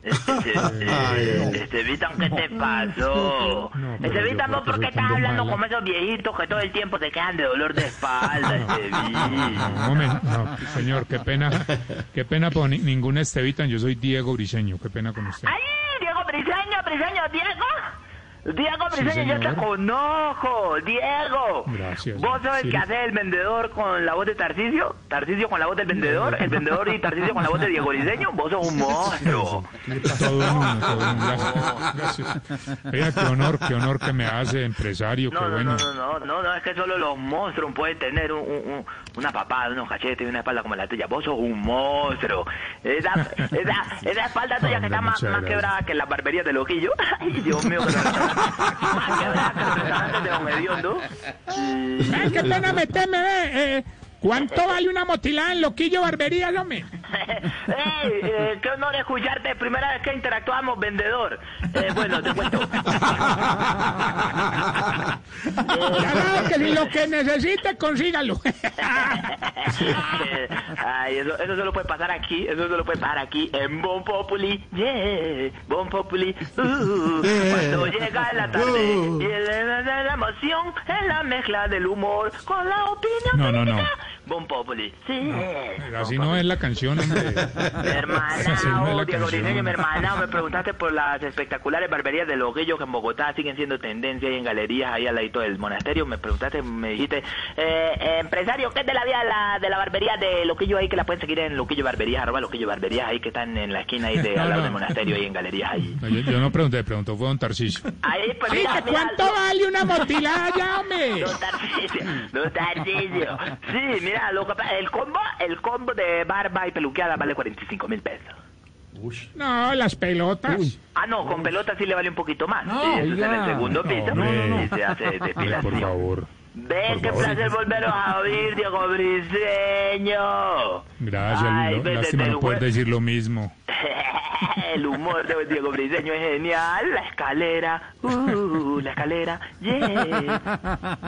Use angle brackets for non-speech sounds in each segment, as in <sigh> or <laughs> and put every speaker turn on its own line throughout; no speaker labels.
Eh, eh, sí, <laughs> Estevita. Este- este- Estevita, ¿qué te pasó? Estevita, ¿vos por qué estás hablando como esos viejitos que todo el tiempo te quedan de dolor de
<laughs>
espalda, este
Un
Estevita?
momento, no, señor, qué pena, qué pena por ni- ningún Estevita, yo soy Diego Briseño, qué pena con usted.
¡Ay, Diego Briseño, Briseño, Diego! Diego Briseño, yo te
señor.
conozco, Diego.
Gracias.
¿Vos sos el
Sí.
que hace el vendedor con la voz de Tarcisio? ¿Tarcisio con la voz del vendedor? ¿El vendedor y Tarcisio con la voz de Diego Briseño? Vos sos un monstruo.
Todo en uno, todo en uno, gracias. gracias. Oiga, qué honor, qué honor que me hace, empresario,
No,
qué
no,
bueno.
no, no, no, no, no, es que solo los monstruos pueden tener un- un- un- una papada, unos cachetes y una espalda como la tuya. Vos sos un monstruo.
<laughs>
Esa, esa, esa espalda tuya que
Hombre,
está más,
muchas
más
gracias.
quebrada que la barbería de Loquillo. <laughs> Ay, Dios mío, que más quebrada que los restaurantes de Don
<laughs>
Hediondo.
Ay, qué pena meterme, eh, eh, ¿Cuánto vale una motilada en Loquillo Barbería, hombre?
Ey, eh, qué honor escucharte, primera vez que interactuamos, vendedor. Eh, bueno, te
<laughs>
cuento.
Ya sabe que si lo que necesite, consígalo.
Eh, Ay, eso, eso solo puede pasar aquí, eso solo puede pasar aquí en Bon Populi, yeah, Bon Populi, uh, cuando llega la tarde y la, la- la emoción es la mezcla del humor con la opinión
No, no, no.
política. Bon Populi, sí.
Así no es la canción, hombre. <laughs>
Mi hermana,
Así no es la
Diego
canción.
Briseño, mi hermana, me preguntaste por las espectaculares barberías de Loguillo que en Bogotá siguen siendo tendencia y en galerías ahí al ladito del monasterio. Me preguntaste, me dijiste, eh, eh, empresario, ¿qué es de la vida de la, de la barbería de Loquillo ahí? Que la pueden seguir en Loquillo Barberías, arroba Loquillo Barberías ahí que están en la esquina
<laughs>
ahí de, al lado del monasterio ahí en galerías ahí.
No, yo, yo no pregunté, preguntó fue don Tarcisio.
Ahí, pues mira, mira, lo-
vale una motilada ya, hombre?
Don Tarcisio, don Tarcisio. Sí, mira, lo que pasa, el combo, el combo de barba y peluqueada vale 45 mil pesos.
No, las pelotas.
Ah, no, con pelota sí le vale un poquito más. Sí, eso es en el segundo piso.
hombre.
Y se hace
<laughs> Hombre, por
depilación.
favor.
Ven,
Por
qué
favor.
placer volveros a oír, Diego Briseño.
Gracias,
Ay,
lo-
ves,
lástima
desde
no
el
poder
hue-
decir lo mismo.
<laughs> El humor de Diego Briseño es genial. La escalera, uh, la escalera, yeah.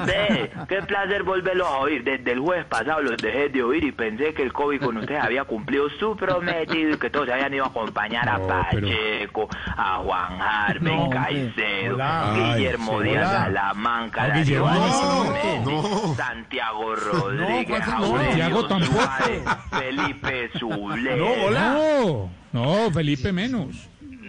Ve, qué placer volverlos a oír. Desde el jueves pasado los dejé de oír y pensé que el COVID con ustedes había cumplido su prometido y que todos se habían ido a acompañar a
No, pero-
Pacheco, a Juan Harvey
No, hombre.
Caicedo,
Hola.
Guillermo
Ay, sí,
Díaz
hola. Ah,
Salamanca,
No,
Darío
Guillermo,
Jiménez,
no.
Santiago Rodríguez,
Juanca, no.
Aurelio
Santiago tampoco.
Suárez, Felipe Zuleta.
No, no, Felipe menos.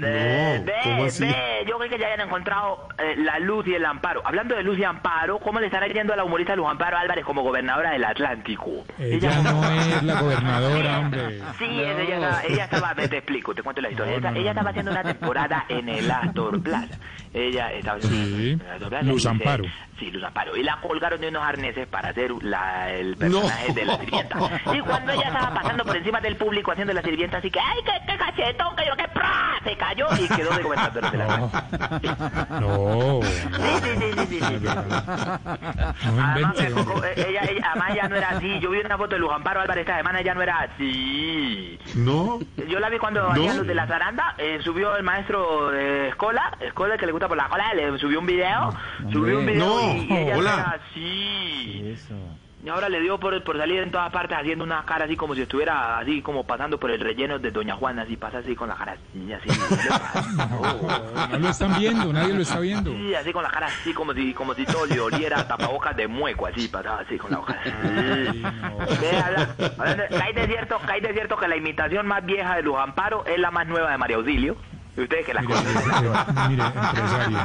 Eh,
No,
ve,
¿cómo así?
ve, yo creo que ya hayan encontrado eh, la luz y el amparo. Hablando de luz y amparo, ¿cómo le estará yendo a la humorista Luz Amparo Álvarez como gobernadora del Atlántico?
Ella no es la gobernadora, hombre.
Sí, ella, estaba, ella estaba, ve, te explico, te cuento la historia.
No,
Ella-
no, no,
ella estaba
no.
haciendo una temporada en el Astor Plaza. Ella estaba haciendo
Sí.
una temporada en el Astor Plaza.
Luz
y se-
Amparo.
sí, Luz Amparo. Y la colgaron de unos arneses para hacer la- el personaje de la sirvienta. Y cuando ella estaba pasando por encima del público haciendo la sirvienta, así que, ¡ay, qué, qué cachetón! Cayó, que ¡prá! Se cayó y quedó de gobernadora de la
No. No.
Sí, sí, sí, sí, sí, sí.
No
Además,
invente,
que Coco,
hombre.
eh, ella, ella- además ella no era así. Yo vi una foto de Luz Amparo Álvarez esta semana, ella no era así.
No.
Yo la vi cuando hacían los de la zaranda, eh, subió el maestro eh, Escola, Escola el que le gusta por la cola, le subió un video, subió un video
No,
y, y ella
hola.
era así. Y ahora le dio por, por salir en todas partes haciendo una cara así como si estuviera así como pasando por el relleno de Doña Juana, así pasa así con la cara así, <laughs> así.
<laughs>
No lo están viendo, nadie lo está viendo.
Sí, así con la cara así, como si, como si todo le oliera tapabocas de mueco, así, pasaba así con la boca.
Ay, no.
Ve, habla- hablando- Cae de cierto, cae de cierto que la imitación más vieja de Luz Amparo es la más nueva de María Auxilio. Y ustedes que la
Mire,
conocen.
mire, mire, empresario.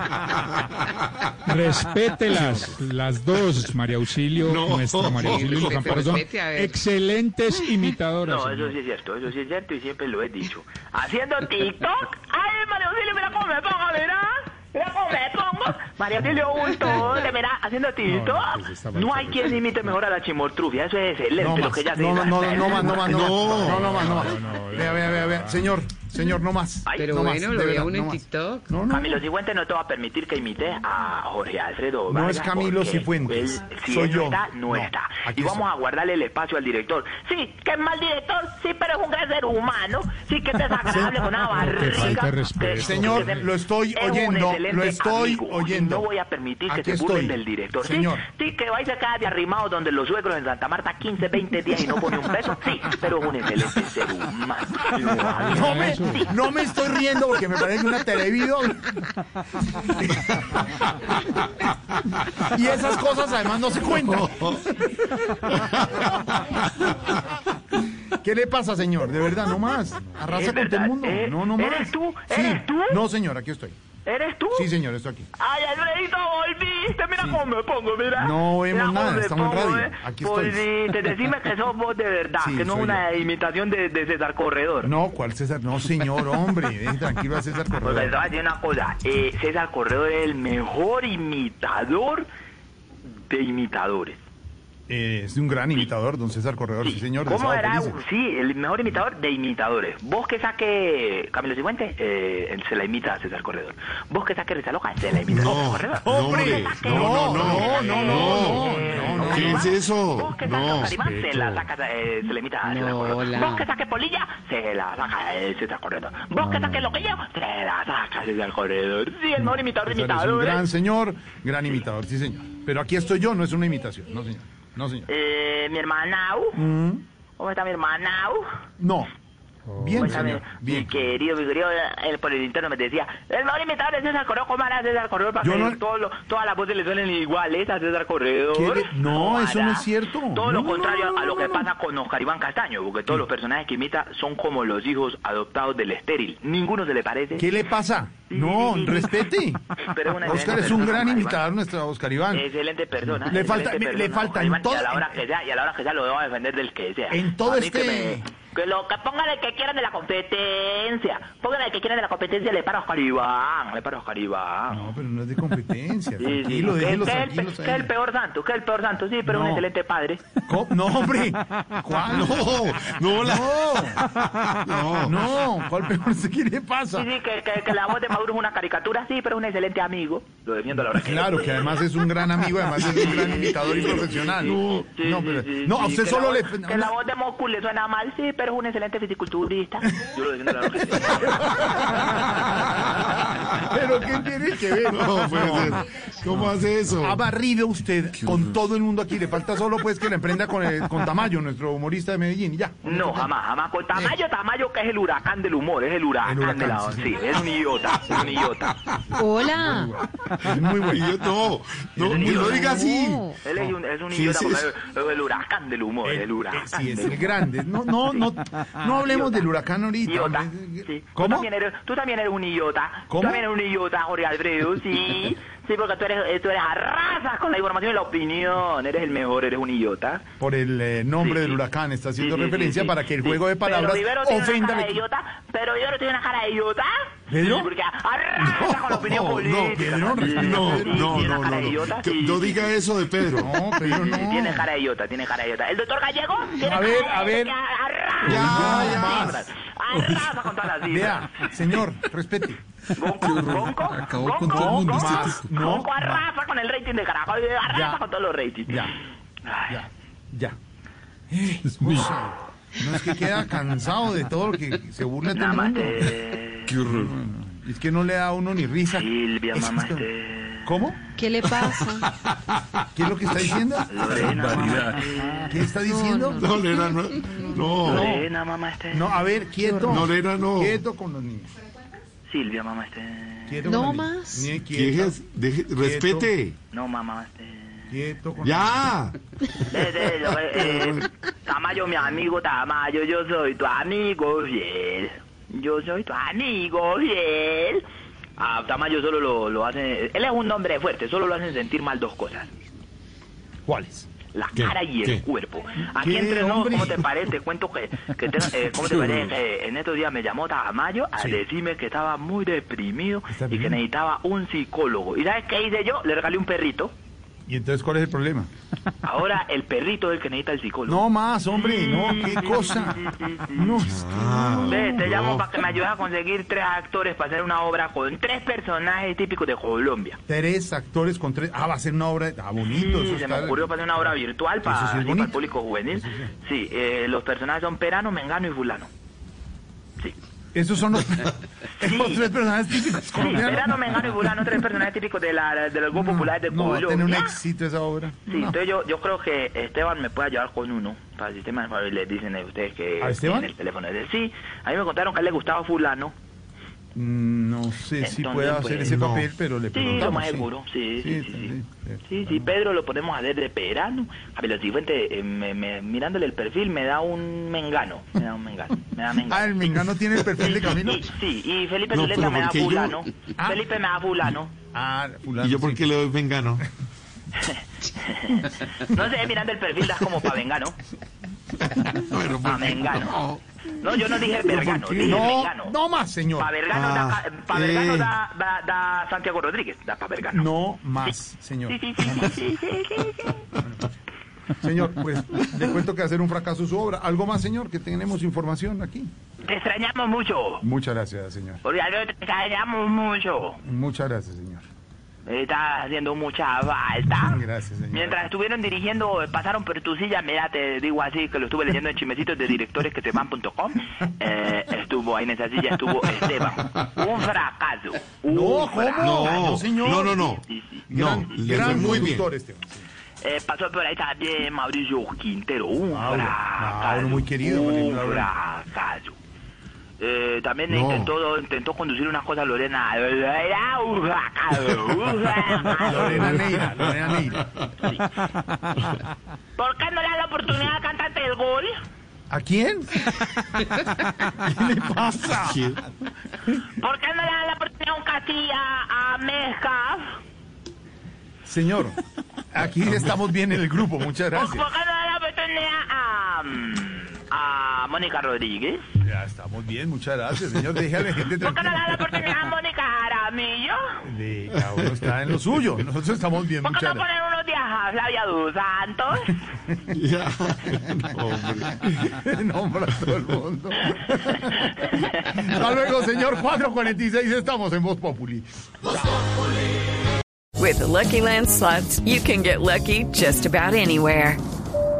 Respételas, las dos, María Auxilio, nuestra María Auxilio y los Amparos son excelentes imitadoras.
No, eso sí es cierto, eso sí es cierto y siempre lo he dicho. Haciendo TikTok, ay, María Auxilio, mira cómo me pongo, mira. Luego me pongo María Auxilio
pues,
Bultón, de mira, haciendo tilto.
No, pues está mal,
No
está
hay
mal.
quien imite mejor a la chimortrufia, eso es
No
excelente, lo
más.
que ella
No, no,
diga.
no, no más, Ah, no más, no más.
No.
No, no más, no más.
No, no, no.
Vea, vea, vea, vea. Señor, señor, no más.
Ay,
Pero
no más,
bueno,
de
lo veo
verdad,
uno
no
en
más.
TikTok.
No, no.
Camilo Cifuentes no te va a permitir que imite a Jorge Alfredo.
No
Vargas
es Camilo
porque
Cifuentes,
él, si
soy
él no
yo.
está, no,
No,
está.
aquí
Y vamos
estoy.
a guardarle el espacio al director. Sí, que es mal director, sí, pero es un gran ser humano. Sí, que es desagradable con una
No, que
barriga.
falta de respeto.
Señor, lo estoy oyendo, lo estoy oyendo.
Aquí estoy.
Señor.
Señor.
Sí, que vais a quedar de arrimado donde los suegros en Santa Marta 15, 20 días y no pone un peso. Sí, pero es un excelente ser humano.
No me, no me estoy riendo porque me parece una televido. <laughs> Y esas cosas además no se cuentan. ¿Qué le pasa, señor? De verdad, no más. Arrasa
¿Es
con todo
verdad?
el mundo.
¿Eh?
No, no más.
¿Eres tú?
Sí.
¿Eres tú?
No, señor, aquí estoy.
¿Eres tú?
Sí, señor, estoy aquí.
Ay, Alfredito, volviste. Mira cómo me pongo, mira.
No
Mira
vemos
cómo
nada,
me
estamos en radio.
eh.
Aquí estoy.
Volviste, decime que sos vos de verdad,
Sí,
que no es
soy
una imitación de, de César Corredor.
No, ¿cuál César? No, señor, hombre. Deje tranquilo a César
Pues te voy
Corredor.
a decir una cosa. eh, César Corredor es el mejor imitador de imitadores.
Eh, es un gran imitador, don César Corredor, sí, señor. de
¿Cómo
Sábado
era?
Felices.
Sí, el mejor imitador de imitadores. Vos que saque Camilo Cifuentes, eh, él se la imita a César Corredor. Vos que saque Rizaloja, se la imita a César
No,
Corredor.
no, hombre,
Vos que saque-
no, no, no,
No, no,
no,
no,
no,
no,
¿qué
Caribán,
es eso?
Vos que
No,
sacas Caribán, se la saca, eh, se le imita a César
No,
Corredor.
hola.
Vos que saques Polilla, se la saca eh, César Corredor. Vos que saques Loquillo, se la saca César Corredor. Sí, el mejor imitador eh? de
César es un
imitadores.
gran señor, gran imitador, sí, señor. Pero aquí estoy yo, no es una imitación, no, señor. No, señor.
Eh, mi hermana Au. ¿Cómo está mi hermana Au?
No.
oh.
Bien,
Cuéntame,
señor.
Pues, Mi
Bien.
querido, mi querido, él por el interno me decía, el mejor imitador es César Corredor, ¿cómo hará César Corredor para
Yo
que
no-
todo lo- todas las voces le suenen iguales a César Corredor?
¿Qué le- no,
¿Cómo
eso
hará?
no es cierto.
Todo lo
No, no,
contrario
no,
a lo
no,
que
no.
pasa con Oscar Iván Castaño, porque todos los personajes que imita son como los hijos adoptados del estéril. Ninguno se le parece.
¿Qué le pasa? No,
<laughs>
respete.
Pero es una
Oscar
excelente
es un
persona,
gran
Oscar
imitador, nuestra Oscar Iván.
Excelente persona.
Le
excelente
falta- le
persona,
falta
Oscar
en
Iván, Y a
todo-
la hora que sea, y a la hora que sea lo debo defender del que sea.
En todo
A mí que
este-
me- Que lo que pongan el que quieran de la competencia. Pongan el que quieran de la competencia, le paro a Oscar Iván. Le paro a Oscar Iván.
No, pero no es de competencia.
Sí,
Tranquilo,
sí, que-
déjelo
que el pe-
tranquilos a
que el
ellos.
peor santo, que el peor santo, sí, pero un
No.
excelente padre.
¿Cómo? No, hombre. ¿Cuál?
No, no, la-
<laughs>
No. No, ¿cuál peor? ¿Qué le pasa?
Sí, sí, que, que- que la voz de Maduro es una caricatura, sí, pero un excelente amigo. Lo defiendo a la hora que
Claro, que además es un gran amigo, además es un gran imitador y profesional.
Sí,
No,
sí,
pero,
sí,
no a
sí,
usted
que
solo
la
le...
voz- Que la voz de Moscú le suena mal, sí, pero es un excelente fisiculturista. Yo lo defiendo a la hora que sea.
<laughs> Pero ¿qué tiene que ver?
no puede
pues,
ser. ¿Cómo hace eso?
Ha barrido usted con todo el mundo aquí. Le falta solo pues que le emprenda con, el- con Tamayo, nuestro humorista de Medellín. y Ya.
No, jamás, jamás. Con Tamayo, Tamayo, que es el huracán del humor, es el huracán,
El huracán,
de la
sí,
sí, es un idiota, es un idiota.
Hola.
Es muy bueno.
Y yo- no, no, no, no diga así.
Él es un, es un
Sí,
idiota,
sí,
porque
sí.
es el huracán del humor, el,
Eh,
huracán.
Sí, es
del-
el grande. No, no, no, no hablemos del huracán ahorita.
Idiota.
hombre.
Sí. Tú,
¿Cómo?
también eres, tú también eres un idiota.
¿Cómo?
Tú también eres un idiota, Jorge Alfredo. Sí, sí, porque tú eres, eh, tú eres arrasas con la información y la opinión. Eres el mejor, eres un idiota.
Por el eh, nombre
Sí,
del
sí.
huracán está
Sí,
haciendo
sí, sí,
referencia
sí,
para que el
sí.
juego de palabras
pero Ibero tiene una
ofenda
cara de
al equipo.
idiota, pero Ibero tiene una cara de idiota.
¿Pedro?
Sí, porque arrasa con la opinión
no,
política.
Pedro,
Sí,
No,
sí,
no,
tiene
no,
una cara
no.
de
No,
idiota,
Que-
sí,
no
sí,
diga eso de Pedro.
No, pero
sí, sí, Tiene
no.
cara de idiota, tiene cara de idiota. El doctor Gallego tiene
A ver,
cara de
a ver.
que arrasa
Ya,
con
ya.
las cifras. Arrasa con todas las cifras.
Ah, Vea, señor, respete.
Gonco, Gonco,
Acabó
Gonco,
con todo el mundo,
Gonco,
este.
Gonco,
No,
Gonco arrasa con el rating de Caracol, eh, arrasa
Ya.
con todos los ratings.
Ya,
Ay,
ya, ya. Eh, cosa. no es que queda cansado de todo lo que se burla todo
Nada
el
más
mundo.
te...
Qué horror.
Es que no le da a uno ni risa.
Silvia,
Es que-
mamá, este, te...
¿Cómo?
¿Qué le pasa?
<laughs> ¿Qué es lo que está diciendo?
Lorena, mamá, este,
¿Qué está diciendo?
No, Lorena, <laughs> no. No,
Lorena, mamá, este...
No, a ver, quieto.
No, Lorena, no.
Quieto con los niños.
Silvia, mamá, este...
Quieto
No
con los niños.
más.
Ni quieto,
Deje- deje- respete.
No, mamá, este... <laughs>
quieto con
Ya.
Eh, eh, lo- eh, eh, Tamayo, mi amigo Tamayo, yo soy tu amigo fiel. Yo soy tu amigo fiel. A Tamayo solo lo, lo hacen... Él es un hombre fuerte, solo lo hacen sentir mal dos cosas.
los- ¿Cuáles?
la
¿Qué?
cara y el
¿Qué?
cuerpo. Aquí
¿Qué,
entre nos,
hombre?
¿cómo te parece? Te cuento que, que te- eh,
<laughs>
¿cómo te parece? que en estos días me llamó Tamayo a decirme que estaba muy deprimido
¿Estás
y que
bien?
necesitaba un psicólogo. ¿Y sabes qué hice yo? Le regalé un perrito.
¿Y entonces cuál es el problema?
Ahora el perrito es el que necesita el psicólogo.
No más, hombre, no, qué
<laughs>
cosa. No, es que no.
Ve, te
no.
llamo para que me ayudes a conseguir tres actores para hacer una obra con tres personajes típicos de Colombia.
Tres actores con tres. Ah, va a ser una obra. Ah, bonito.
Sí,
eso
se me
está-
ocurrió para hacer una obra virtual
Eso sí
para,
es
sí, para el
bonito.
público juvenil. Sí, eh, los personajes son Perano, Mengano y Fulano. Sí.
Esos son los, <laughs> los tres personajes típicos
Sí, Perano,
colombianos.
Mengano y Fulano, tres personajes típicos de la, de los grupos populares de
Ah, No, va a tener un
Colombia.
éxito esa obra.
Sí, entonces yo, yo creo que Esteban me puede ayudar con uno para el sistema de favor y le dicen a ustedes que
¿A Esteban?
tienen el teléfono. Dice, Sí, a mí me contaron que a él le gustaba fulano.
Mm, No sé si
Entonces,
puede
pues,
hacer ese
no.
papel, pero le
Sí, lo
preguntamos.
más seguro, sí, sí, sí. Sí,
sí,
sí, sí, Pedro lo podemos hacer de Perano. Javier Cifuente, eh, me- me- mirándole el perfil, me da un mengano. Me da un mengano. Me
<laughs>
da mengano.
Ah, el Mengano tiene el perfil de Camilo.
Y- sí, y Felipe
No,
Zuleta
pero
me da
¿por qué yo?
fulano.
Ah.
Felipe me da fulano.
Ah, fulano,
¿Y yo
sí.
por qué le doy vengano?
No sé, mirando el perfil das como para
<laughs>
vengano.
Bueno,
Pa' vengano. No, yo no dije vergano, dije vengano.
No, no más, señor.
Pa' vergano,
Ah,
da, pa' vergano
eh.
da, da- da Santiago Rodríguez, da pa' vergano.
No más, señor.
Sí, sí, sí, sí, sí, sí, sí, sí.
Señor, pues le cuento que va a ser un fracaso su obra. ¿Algo más, señor? Que tenemos información aquí.
Te extrañamos mucho.
Muchas gracias, señor.
Porque te extrañamos mucho.
Muchas gracias, señor.
Está haciendo mucha falta.
Gracias, señor.
Mientras estuvieron dirigiendo, eh, pasaron por tu silla, mira, te digo así, que lo estuve leyendo en chimecitos de directores que se van.com. Eh, estuvo ahí en esa silla, estuvo Esteban. Un fracaso. Un
No,
fracaso.
No,
No, señor.
no, no, no.
Sí, sí.
No, le fue
Gran este
muy bien.
conductor, Esteban.
Eh, pasó por ahí también Mauricio Quintero. Un
Mauro.
fracaso.
Mauro, Ah, muy querido,
Un
Mauricio, la
fracaso. Eh, también
No.
intentó, intentó conducir unas cosas Lorena. Era un fracaso. un fracaso.
Lorena Neira, Lorena Neira.
¿Por qué no le da la oportunidad al cantante del gol?
¿A quién? ¿Qué le pasa?
¿Quién?
¿Por qué no le da la oportunidad a un Castilla, a Mezcaf?
Señor, aquí estamos bien en el grupo, muchas
¿Por,
gracias.
por qué no le da la oportunidad a, mm, a Mónica Rodríguez?
Ya estamos bien, muchas gracias, señor. Deje a la gente
¿Por qué no le da la
tranquila.
oportunidad a Mónica Jaramillo?
De, cada uno está en lo suyo. Nosotros estamos bien,
¿Por qué
muchas
no
gracias.
poner unos días a Flavia Dos Santos?
Ya. No, hombre.
<laughs> Nombra a todo el mundo. Hasta luego, señor. 446 estamos en Voz Populi.
With the Lucky Land slots, you can get lucky just about anywhere.